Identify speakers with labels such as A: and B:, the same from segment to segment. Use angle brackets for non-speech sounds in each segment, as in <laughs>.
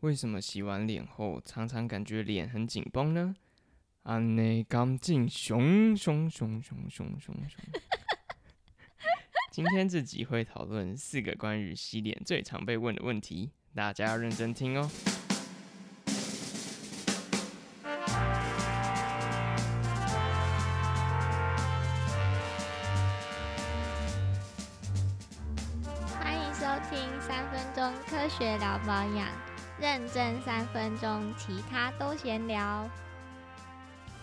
A: 为什么洗完脸后常常感觉脸很紧绷呢？啊，内刚劲熊熊熊熊熊熊熊。今天这集会讨论四个关于洗脸最常被问的问题，大家要认真听哦。
B: 欢迎收听三分钟科学聊保养，认真三分钟，其他都闲聊。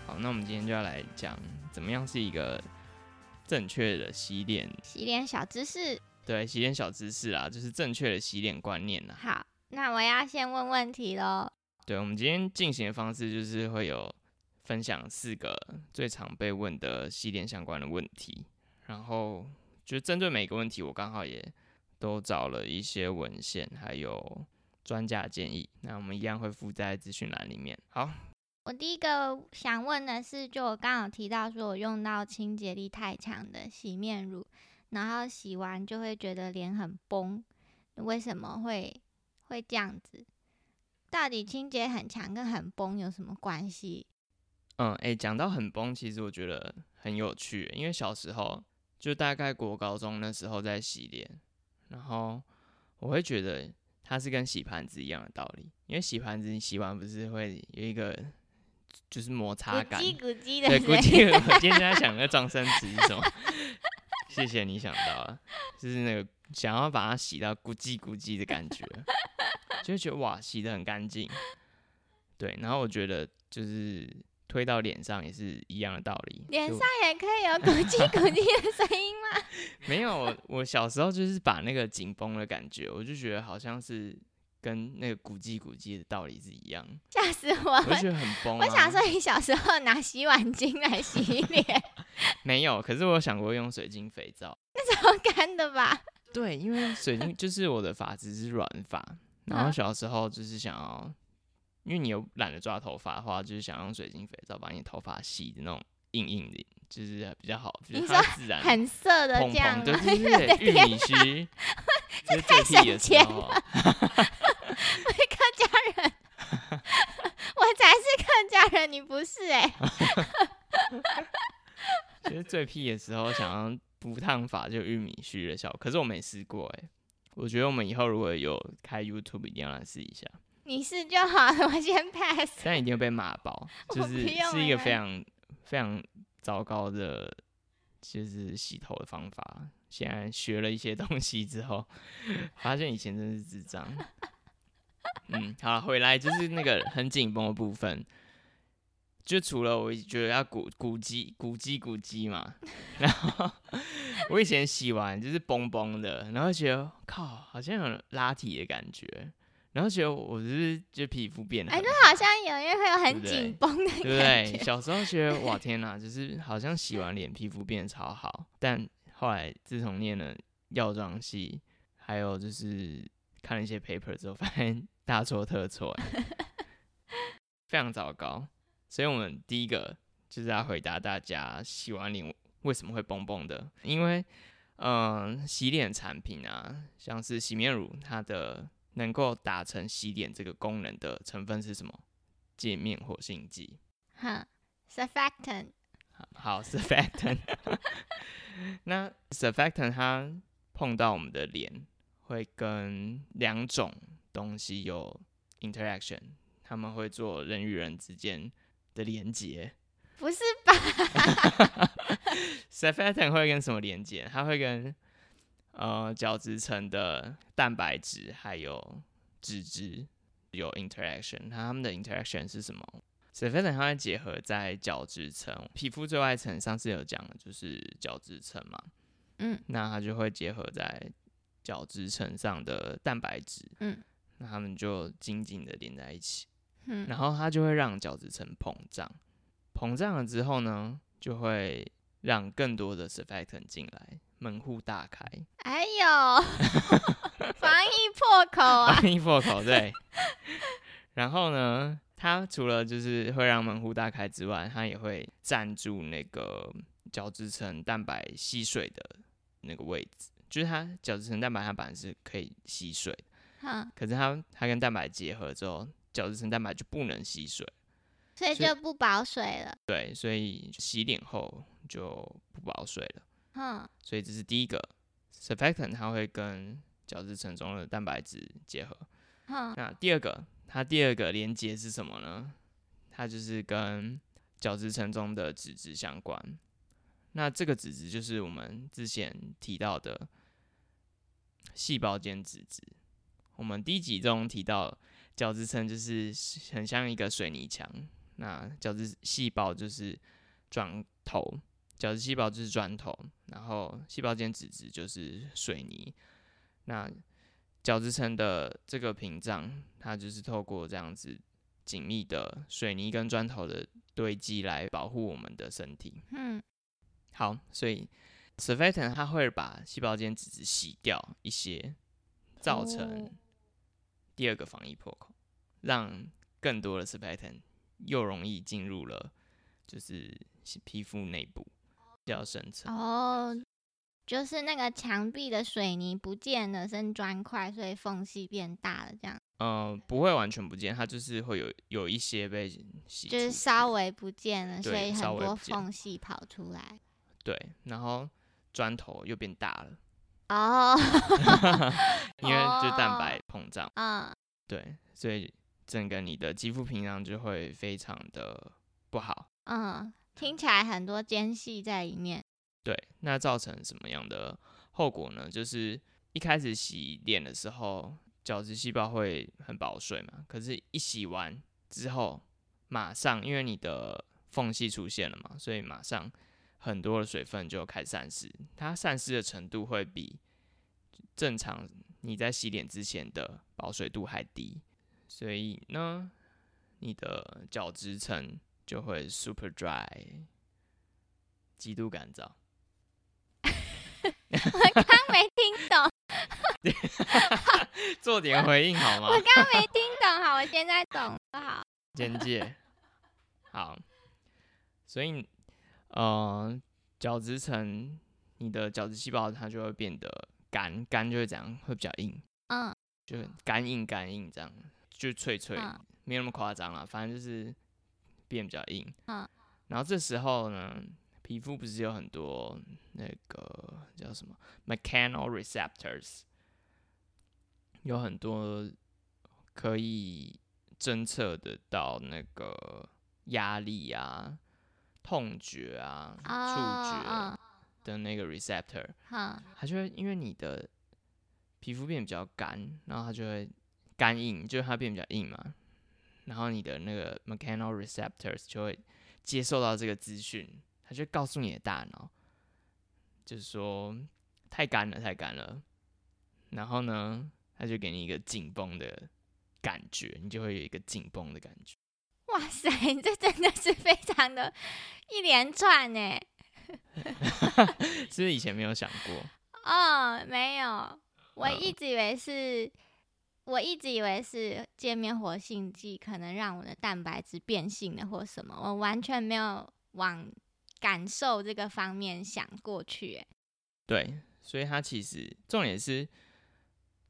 A: 好，那我们今天就要来讲怎么样是一个正确的洗脸，
B: 洗脸小知识，
A: 对洗脸小知识啊，就是正确的洗脸观念啊啦。
B: 好，那我要先问问题喽。
A: 对，我们今天进行的方式就是会有分享四个最常被问的洗脸相关的问题，然后就针对每个问题，我刚好也都找了一些文献，还有专家的建议。那我们一样会附在资讯栏里面。好，
B: 我第一个想问的是，就我刚好提到说我用到清洁力太强的洗面乳，然后洗完就会觉得脸很崩，为什么会会这样子？到底清洁很强跟很崩有什么关系？
A: 嗯，诶，讲到很崩，其实我觉得很有趣，因为小时候就大概国高中那时候在洗脸，然后我会觉得它是跟洗盘子一样的道理，因为洗盘子你洗完不是会有一个就是摩
B: 咕
A: 擦感，
B: 叽咕叽的
A: 对，估
B: 声音
A: 计我今天在想那张生词是什么， <laughs> 谢谢你想到了，就是那个想要把它洗到咕叽咕叽的感觉，就会觉得哇，洗的很干净。对，然后我觉得就是推到脸上也是一样的道理，
B: 脸
A: 就
B: 上也可以有
A: <laughs>
B: 咕叽咕叽的声音吗？
A: 没有，我我小时候就是把那个紧绷的感觉，我就觉得好像是跟那个咕叽咕叽的道理是一样，
B: 吓死我
A: 我就
B: 了！
A: 觉得很崩、啊。
B: <laughs> 我想说，你小时候拿洗碗巾来洗脸， <laughs>
A: 没有，可是我有想过用水晶肥皂。
B: 超干的吧？
A: 对，因为水晶就是我的发质是软发，然后
B: 嗯
A: 小时候就是想要，因为你又懒得抓头发的话，就是想用水晶肥皂把你的头发洗的那种硬硬的，就是比较好，就是
B: 你
A: 它自然
B: 很色的
A: 蓬
B: 这样啊
A: 蓬，
B: 吗？
A: 对对对对，玉米须，
B: <laughs>
A: 就是最
B: 省
A: 屁的时
B: 钱
A: 候，
B: 客家人，我才是客家人，你不是哎、
A: <laughs> 就是最屁的时候想要不烫发就玉米须的效果，可是我没试过哎、我觉得我们以后如果有开 YouTube，一定要来试一下。
B: 你是就好了，我
A: <laughs>
B: 先 pass。
A: 但一定会被骂爆，
B: 我
A: 就
B: 不
A: 是
B: 用
A: 是一个
B: 欸
A: 非常非常糟糕的，就是洗头的方法。现在学了一些 <laughs> 东西之后，发现以前真是智障。 <laughs> 嗯，好，回来就是那个很紧绷的部分，就除了我觉得要鼓鼓肌、鼓肌、鼓肌嘛，然后我以前洗完就是绷绷的，然后觉得靠，好像有拉提的感觉，然后觉得我是就皮肤变得
B: 哎，
A: 很
B: 就好像有人会有很紧绷的
A: 对不
B: 感
A: 对？
B: 觉，
A: 小时候觉得哇天哪，就是好像洗完脸皮肤变得超好，但后来自从念了药妆系，还有就是看了一些 paper 之后，发现大错特错欸，非常糟糕。所以我们第一个就是要回答大家洗完脸为什么会蹦蹦的，因为嗯、呃洗脸产品啊，像是洗面乳，它的能够达成洗脸这个功能的成分是什么？界面活性剂。
B: 哼 surfactant
A: 好 <laughs> surfactant。那 surfactant 它碰到我们的脸，会跟两种东西有 interaction，他们会做人与人之间的连接。
B: 不是吧？
A: surfactant 会跟什么连接？它会跟呃角质层的蛋白质还有脂质有 interaction。那它们的 interaction 是什么？surfactant 它会结合在角质层，皮肤最外层上次有讲的就是角质层嘛，
B: 嗯，
A: 那它就会结合在角质层上的蛋白质，
B: 嗯，
A: 那它们就紧紧的连在一起。
B: 嗯
A: 然后它就会让角质层膨胀，膨胀了之后呢，就会让更多的 surfactant 进来，门户大开，
B: 哎呦， <laughs> 防疫破
A: <laughs>
B: 口啊！
A: 防疫破口对。然后呢，它除了就是会让门户大开之外，它也会占住那个角质层蛋白吸水的那个位置，就是它角质层蛋白它本来是可以吸水，
B: 哼，
A: 可是它它跟蛋白结合之后，角质层蛋白就不能吸水，
B: 所以
A: 所以
B: 就不保水了。
A: 对，所以洗脸后就不保水了。
B: 哼，
A: 所以这是第一个 surfactant，它会跟角质层中的蛋白质结合。
B: 哼，
A: 那第二个，它第二个连接是什么呢？它就是跟角质层中的脂质相关。那这个脂质就是我们之前提到的细胞间脂质。我们第一集中提到，角质层就是很像一个水泥墙，那角质细胞就是砖头，角质细胞就是砖头，然后细胞间脂质就是水泥。那角质层的这个屏障，它就是透过这样子紧密的水泥跟砖头的堆积来保护我们的身体。
B: 嗯，
A: 好，所以 s u r f a c t a n 它会把细胞间脂质洗掉一些，造
B: 哦
A: 成第二个防疫破口，让更多的 s u r f a c t a n 又容易进入了就是皮肤内部比较深层。
B: 哦，就是那个墙壁的水泥不见了，剩砖块，所以缝隙变大了，这样
A: 嗯，不会完全不见，它就是会有有一些被洗
B: 就是
A: 出去
B: 稍微不见了，所
A: 对
B: 以很
A: 稍微
B: 多
A: 不见
B: 缝隙跑出来。
A: 对，然后砖头又变大了，
B: 哦，
A: 因为就是蛋白膨胀，
B: 嗯，
A: 对，所以整个你的肌肤屏障就会非常的不好。
B: 嗯，听起来很多间隙在里面。 <laughs>
A: 对，那造成什么样的后果呢？就是一开始洗脸的时候，角质细胞会很保水嘛，可是一洗完之后，马上因为你的缝隙出现了嘛，所以马上很多的水分就开始散失，它散失的程度会比正常你在洗脸之前的保水度还低，所以呢，你的角质层就会 super dry，极度干燥。
B: 我刚没听懂，
A: 做点回应好吗
B: <laughs> 我？刚没听懂，好，我现在懂了，好，
A: 简介。好，所以呃，角质层，你的角质细胞它就会变得干，干就会怎样？会比较硬，
B: 嗯，
A: 就干硬干硬这样，就脆脆，
B: 嗯
A: 没有那么夸张啦，反正就是变比较硬。
B: 嗯
A: 然后这时候呢，皮肤不是有很多那个叫什么 mechanical receptors，有很多可以侦测得到那个压力啊、痛觉啊、触、
B: 哦，
A: 觉的那个 receptor，
B: 嗯，好，
A: 它就会因为你的皮肤变比较干，然后它就会干硬，就是它变比较硬嘛，然后你的那个 mechanical receptors 就会接受到这个资讯，它就告诉你的大脑，就是说太干了，太干了，然后呢，它就给你一个紧绷的感觉，你就会有一个紧绷的感觉。 <laughs>
B: 哇塞， <laughs> 你这真的是非常的一连串呢。
A: 是不是以前没有想过？
B: 哦，没有，我
A: 嗯
B: 一直以为是，我一直以为是界面活性剂可能让我的蛋白质变性了或什么，我完全没有往感受这个方面想过去欸。
A: 对，所以它其实重点是，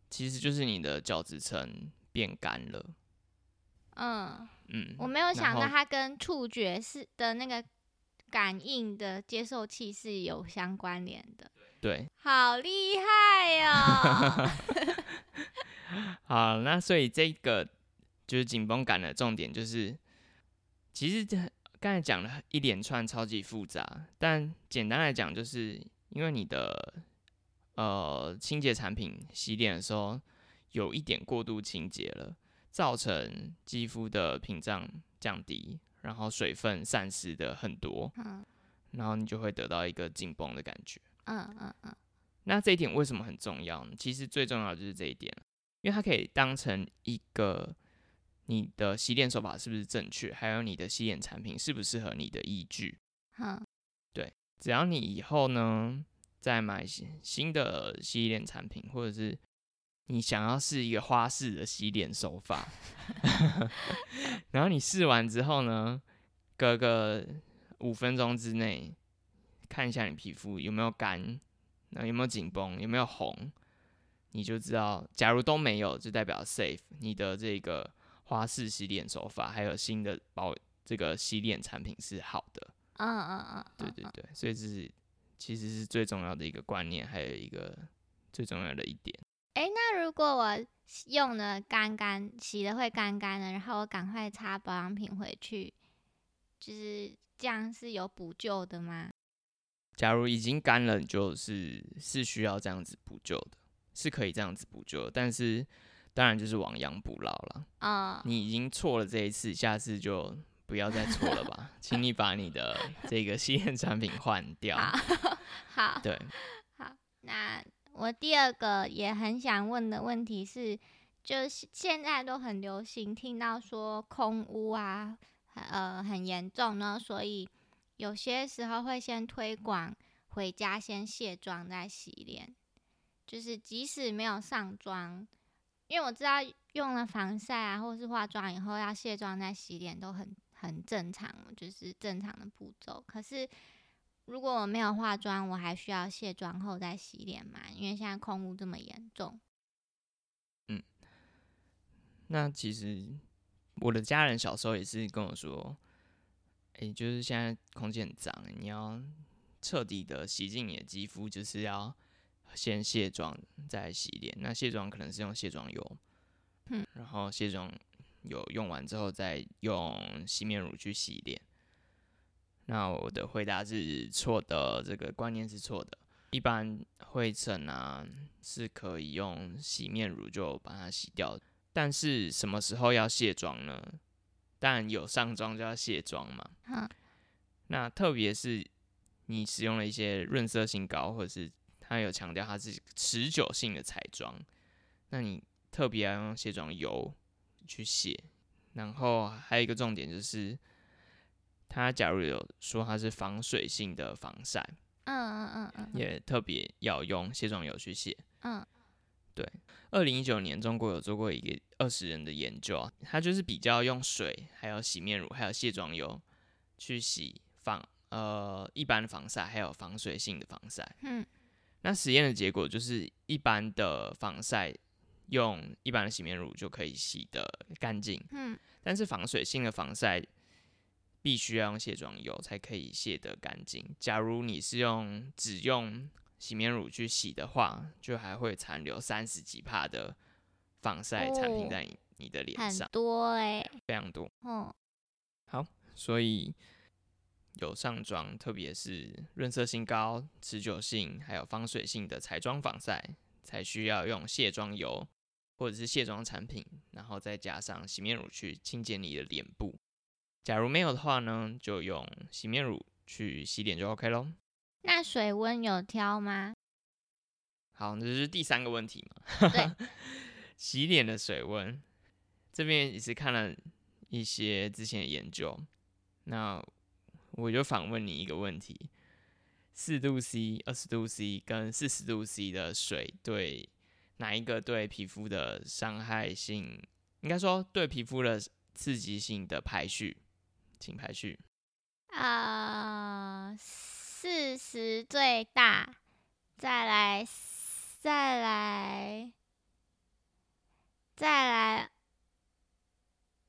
A: 其实就是你的角质层变干了。
B: 嗯，
A: 嗯，
B: 我没有想到
A: 然后
B: 它跟触觉是的那个感应的接受器是有相关联的，
A: 对，
B: 好厉害
A: <laughs>
B: 哦！
A: 好，那所以这个就是紧绷感的重点，就是其实这刚才讲了一连串超级复杂，但简单来讲，就是因为你的呃清洁产品洗脸的时候有一点过度清洁了，造成肌肤的屏障降低，然后水分散失的很多，
B: 嗯
A: 然后你就会得到一个紧绷的感觉。
B: 嗯嗯嗯，
A: 那这一点为什么很重要呢？其实最重要的就是这一点，因为它可以当成一个你的洗脸手法是不是正确，还有你的洗脸产品适不适合你的依据。
B: 嗯
A: 只要你以后呢再买新新的洗脸产品，或者是你想要试一个花式的洗脸手法， <laughs> 然后你试完之后呢，隔个五分钟之内看一下你皮肤有没有干，那有没有紧绷，有没有红，你就知道，假如都没有，就代表 safe。你的这个花式洗脸手法还有新的保这个洗脸产品是好的。
B: 嗯嗯嗯，
A: 对对对，所以这是其实是最重要的一个观念，还有一个最重要的一点。
B: 哎，那如果我洗用的干干，洗的会干干的，然后我赶快擦保养品回去，就是这样是有补救的吗？
A: 假如已经干了，你就是是需要这样子补救的，是可以这样子补救的，但是当然就是亡羊补牢了。
B: 哦，
A: 你已经错了这一次，下次就不要再错了吧，请你把你的这个吸烟产品换掉。
B: 好好，
A: 对，
B: 那我第二个也很想问的问题是，就是现在都很流行听到说空屋啊，呃，很严重呢，所以有些时候会先推广回家先卸妆再洗脸，就是即使没有上妆，因为我知道用了防晒啊，或是化妆以后要卸妆再洗脸都很很正常，就是正常的步骤，可是。如果我没有化妆，我还需要卸妆后再洗脸吗？因为现在空污这么严重。
A: 那其实我的家人小时候也是跟我说，诶，就是现在空气很脏，你要彻底的洗净你的肌肤，就是要先卸妆再洗脸。那卸妆可能是用卸妆油，
B: 嗯，
A: 然后卸妆油用完之后再用洗面乳去洗脸。那我的回答是错的，这个观念是错的。一般灰尘啊是可以用洗面乳就把它洗掉，但是什么时候要卸妆呢？当然有上妆就要卸妆嘛。
B: 哼，
A: 那特别是你使用了一些润色性膏，或者是它有强调它是持久性的彩妆，那你特别要用卸妆油去卸。然后还有一个重点就是，它假如有说它是防水性的防晒，
B: 嗯嗯嗯嗯
A: 也特别要用卸妆油去卸。
B: 嗯，
A: 二零一九年，中国有做过一个二十人的研究啊，它就是比较用水、还有洗面乳、还有卸妆油去洗防呃一般的防晒，还有防水性的防晒。
B: 嗯
A: 那实验的结果就是，一般的防晒用一般的洗面乳就可以洗得干净，
B: 嗯
A: 但是防水性的防晒必须要用卸妆油才可以卸得干净。假如你是用只用洗面乳去洗的话，就还会残留三十几帕的防晒产品
B: 哦
A: 在你、你的脸
B: 很
A: 上，
B: 多哎、
A: 非常多。
B: 哦，
A: 所以有上妆，特别是润色性高、持久性还有防水性的彩妆防晒，才需要用卸妆油或者是卸妆产品，然后再加上洗面乳去清洁你的脸部。假如没有的话呢，就用洗面乳去洗脸就 OK 咯。
B: 那水温有挑吗？
A: 好，那就是第三个问题
B: 对
A: 嘛。 <laughs> 洗脸的水温，这边也是看了一些之前的研究，那我就反问你一个问题：四度 C、二十度 C 跟四十度 C 的水对哪一个对皮肤的伤害性？应该说对皮肤的刺激性的排序，请排序。
B: 呃，四十最大，再来再来再来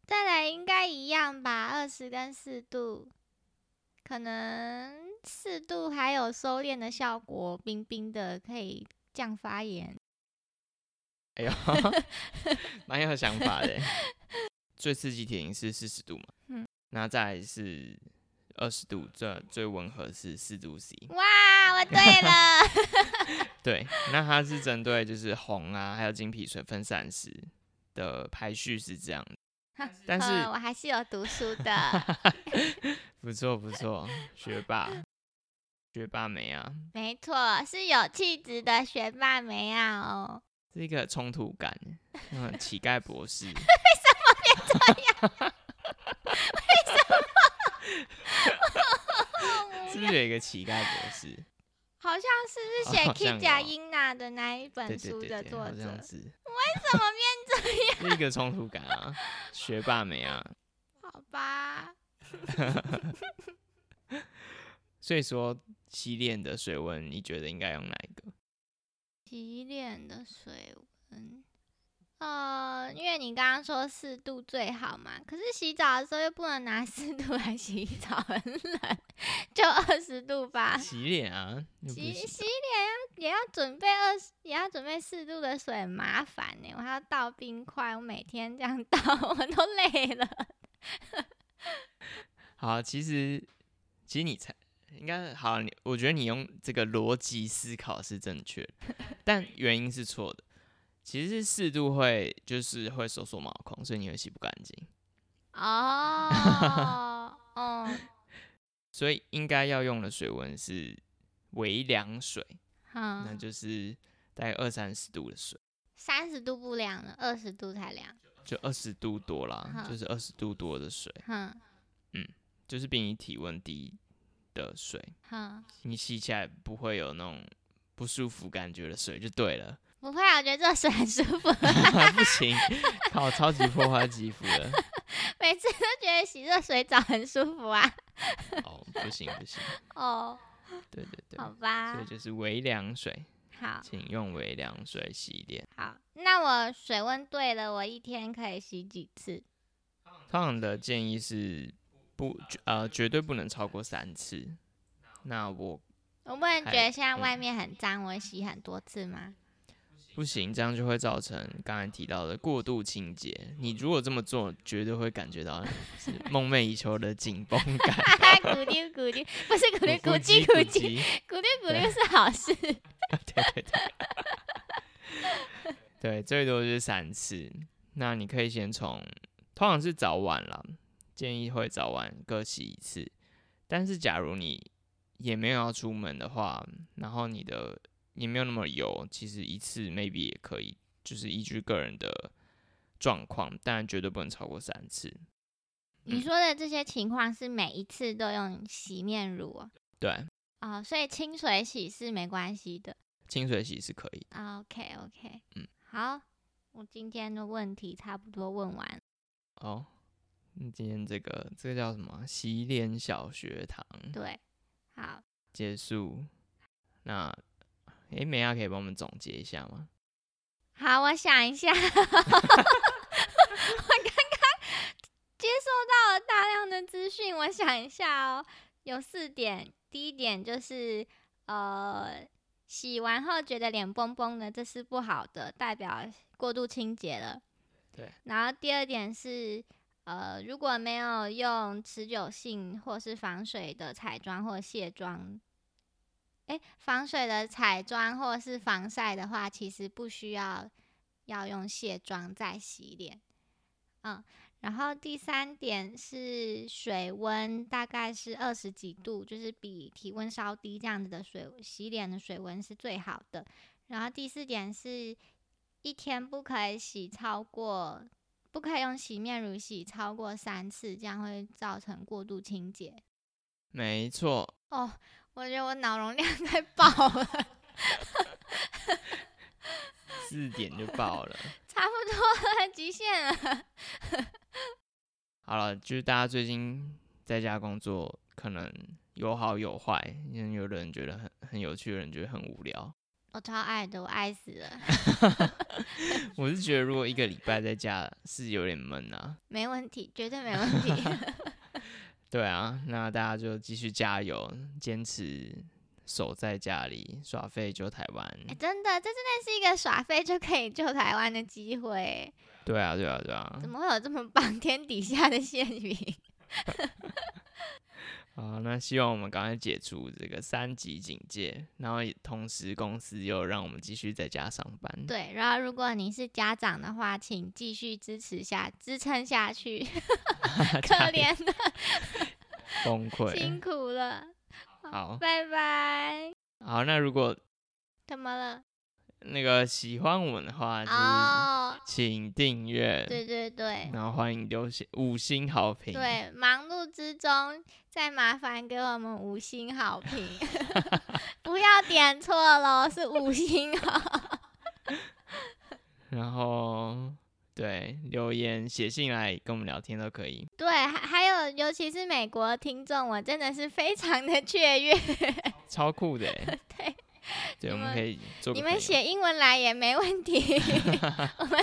B: 再来，应该一样吧？二十跟四度，可能四度还有收敛的效果，冰冰的可以降发炎。
A: 哎呦， <laughs> 蛮有想法的。最刺激铁定是四十度嘛，
B: <laughs> 嗯
A: 那再来是二十度，这最温和是四度 C。
B: 哇，我对了，
A: 对，那它是针对就是红啊，还有金皮水分散时的排序是这样的， <laughs> 但是
B: 呃我还是有读书的，
A: 不错不错，学霸，学霸没啊，
B: 没错，是有气质的学霸梅亚哦。
A: 是一个冲突感，嗯，乞丐博
B: <laughs>
A: 士，
B: <laughs>
A: 是不是有一个乞丐博士？
B: 好像是不是
A: 哦
B: 写
A: <laughs> 好
B: k i
A: 像
B: t a
A: 有
B: i n a 的那一
A: 对
B: 本
A: 对
B: 书
A: 对
B: 的
A: 对，
B: 作
A: 好
B: 者？
A: 像是。
B: 怎么
A: <laughs>
B: 变？
A: 是一个冲突感啊，学霸没啊，
B: 好吧，
A: 所以说洗脸的水温，你觉得应该用哪一个？
B: 洗脸的水温，呃，因为你刚刚说四度最好嘛，可是洗澡的时候又不能拿四度来洗澡，很冷，就二十度吧。
A: 洗脸啊，又不
B: 洗
A: 是
B: 洗脸要也要准备二十，也要准备四度的水，很麻烦呢、我还要倒冰块，我每天这样倒，我都累了。
A: 好，其实其实你才应该好，你我觉得你用这个逻辑思考是正确的，但原因是错的。其实是适度会就是会收缩毛孔，所以你会洗不干净， <laughs>
B: 哦，哦，
A: 所以应该要用的水温是微凉水，
B: 好
A: 那，就是大概二三十度的水，
B: 三十度不凉了，二十度才凉。
A: 就二十度多啦，
B: 好
A: 就是二十度多的水，
B: 哼
A: 就是比你体温低的水，
B: 哼，
A: 你洗起来不会有那种不舒服感觉的水就对了。
B: 不会啊，我觉得这水很舒服， <laughs>
A: <laughs> 不行，靠，超级破坏肌肤的。
B: 每次都觉得洗热水澡很舒服啊。
A: 哦，不行不行，
B: 哦，
A: 对对对，
B: 好
A: 所
B: 吧
A: 以，就是微凉水，
B: 好
A: 请用微凉水洗脸。
B: 好，那我水温对了，我一天可以洗几次？
A: 通常的建议是不呃绝对不能超过三次。那我
B: 我不能觉
A: 还
B: 得现在
A: 嗯
B: 外面很脏，我洗很多次吗？ <laughs>
A: 不行，这样就会造成刚才提到的过度清洁。你如果这么做，绝对会感觉到是梦寐以求的紧绷 <laughs> 感
B: 哈哈，咕溜咕溜，不是咕溜咕叽咕叽，
A: 叽。
B: 咕溜咕溜是好事。
A: <laughs> 对对对，对，最多就是三次。那你可以先从，通常是早晚啦，建议会早晚各洗一次。但是假如你也没有要出门的话，然后你的也没有那么油，其实一次 maybe 也可以，就是依据个人的状况，但绝对不能超过三次。
B: 你说的这些情况是每一次都用洗面乳哦，
A: 对，
B: 哦所以清水洗是没关系的。
A: 清水洗是可以。
B: OK OK，
A: 嗯，
B: 好，我今天的问题差不多问完了。
A: 哦，嗯今天这个这个叫什么？啊洗脸小学堂。
B: 对，好，
A: 结束。那诶，美亚可以帮我们总结一下吗？
B: 好，我想一下， <laughs> 我刚刚接收到了大量的资讯，我想一下哦，有四点。第一点就是，呃，洗完后觉得脸崩崩的，这是不好的，代表过度清洁了。
A: 对。
B: 然后第二点是，呃，如果没有用持久性或是防水的彩妆或卸妆诶，防水的彩妆或是防晒的话，其实不需要要用卸妆再洗脸。嗯，然后第三点是水温大概是二十几度，就是比体温稍低这样子的水洗脸的水温是最好的。然后第四点是一天不可以洗超过，不可以用洗面乳洗超过三次，这样会造成过度清洁。
A: 没错，
B: 哦，我觉得我脑容量 <laughs> 快爆了。
A: 四点就爆了。
B: 差不多了，极限了。
A: 好了，就是大家最近在家工作，可能有好有坏，因为有的人觉得很很有趣，有人觉得很无聊。
B: <laughs> 我超爱的，我爱死了，
A: 我是觉得如果一个礼拜在家是有点闷啊。
B: 没问题，绝对没问 <laughs> 题。哎
A: 对啊，那大家就继续加油，坚持守在家里耍废就台湾。
B: 哎真的，这真的是一个耍飞就可以救台湾的机会，
A: 对啊，对啊，对啊
B: 怎。么会有这么棒天底下的馅饼？ <laughs>
A: 好，那希望我们赶快解除这个三级警戒，然后也同时公司又让我们继续在家上班。
B: 对，然后如果你是家长的话，请继续支持下，支撑下去， <laughs> <laughs> 可
A: 差点
B: 怜的，
A: 崩溃。
B: 辛苦了，
A: 好
B: 拜拜。
A: 好，那如果
B: 怎么了？
A: 那个喜欢我们的话，就是
B: 哦，
A: 请订阅，
B: 对对对，
A: 然后欢迎留下五星好评。，
B: 对，忙碌之中再麻烦给我们五星
A: <laughs>
B: 好评，不要点错喽，是五星哦。
A: 然后对留言、写信来跟我们聊天都可以。
B: 对，还还有尤其是美国听众，我真的是非常的雀跃。 <laughs>
A: 超酷的欸
B: 对，
A: 对，啊我
B: 你
A: 们
B: 们
A: 可以做个
B: 你
A: 朋
B: 们
A: 友
B: 写英文来也没
A: <laughs>
B: 问题。我们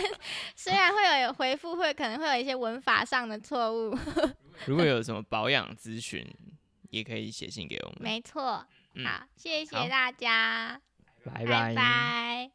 B: 虽然会有回复，会可能会有一些文法上的错误，
A: 如果有什么保养咨询，也可以写信给我们。
B: 没错。
A: 嗯
B: 好，谢谢
A: 好
B: 大家，
A: 拜
B: 拜拜